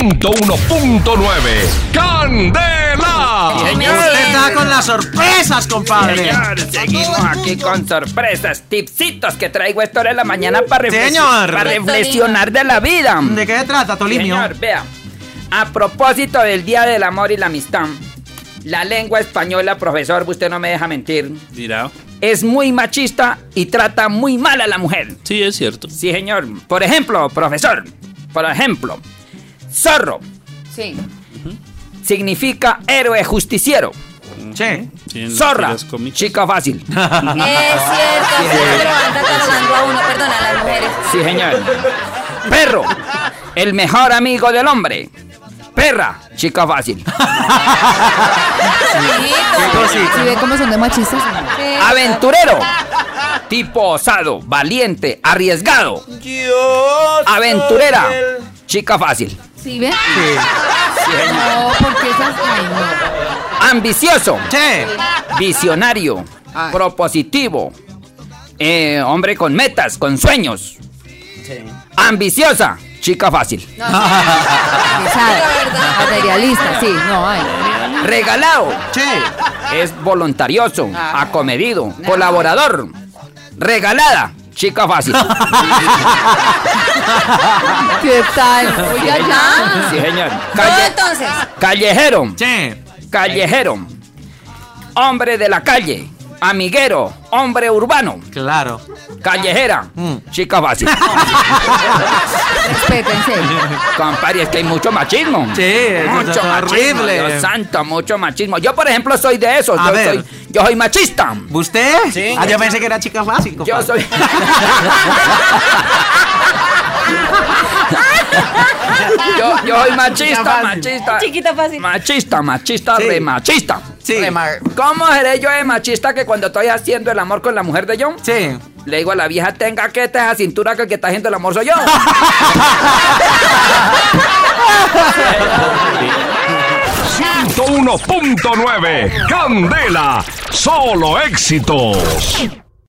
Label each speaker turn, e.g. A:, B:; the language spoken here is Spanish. A: 101.9 ¡Candela!
B: Usted está Este con las sorpresas, compadre.
C: eh, Señor, seguimos aquí con sorpresas, tipsitos que traigo esta hora de la mañana para, reflexi-
B: Señor.
C: para reflexionar de la vida.
B: ¿De qué se trata, Tolimio?
C: Señor, vea. A propósito del Día del Amor y la Amistad, la lengua española, profesor, usted no me deja mentir,
D: Dirá.
C: es muy machista y trata muy mal a la mujer.
D: Sí, es cierto.
C: Sí, señor. Por ejemplo, profesor, por ejemplo, zorro
E: Sí.
C: significa héroe justiciero.
B: Che.
D: Sí, en las
C: Zorra,
D: tiras cómicas.
C: chica fácil.
E: Es cierto, siempre lo van catalogando a uno, perdona, a las mujeres.
C: Sí, señor. Perro, el mejor amigo del hombre. Perra, chica fácil.
F: Si ve cómo son de machistas.
C: Aventurero, tipo osado, valiente, arriesgado. Aventurera, chica fácil.
F: Si ve. No, porque esas. Ay, no.
C: Ambicioso,
B: Che.
C: visionario,
F: Ay.
C: propositivo, eh, hombre con metas, con sueños. Ambiciosa, chica fácil.
E: No, sí.
F: Pesada.
E: Sí, la verdad.
F: Materialista, sí. No, ay.
C: Regalado,
B: Che.
C: es voluntarioso,
B: Ah.
C: acomedido, colaborador. Regalada, chica fácil.
F: ¿Qué tal? Oiga, ya.
C: Sí, señor.
E: Todo
C: Calle-
E: entonces.
C: callejero,
B: Che.
C: callejero. Hombre de la calle, amiguero, hombre urbano,
B: Claro.
C: callejera,
B: Mm.
C: chica fácil.
F: Respétense.
C: Compadre, es que hay mucho machismo.
B: Sí, eso
C: mucho
B: es
C: machismo,
B: horrible.
C: Dios santo, mucho machismo. Yo, por ejemplo, soy de esos.
B: A
C: yo,
B: ver.
C: Soy, yo soy machista.
B: ¿Usted? Ah, yo pensé que era chica fácil,
C: Yo
B: compadre.
C: soy. yo, yo soy machista, machista.
E: Chiquita fácil.
C: Machista, machista,
B: Sí.
C: re machista.
B: Sí.
C: Re ma- ¿Cómo seré yo de machista que cuando estoy haciendo el amor con la mujer de John?
B: Sí.
C: Le digo a la vieja, tenga que esta esa cintura que el que está haciendo el amor soy yo.
A: ¡101.9 ¡Candela! ¡Solo éxitos!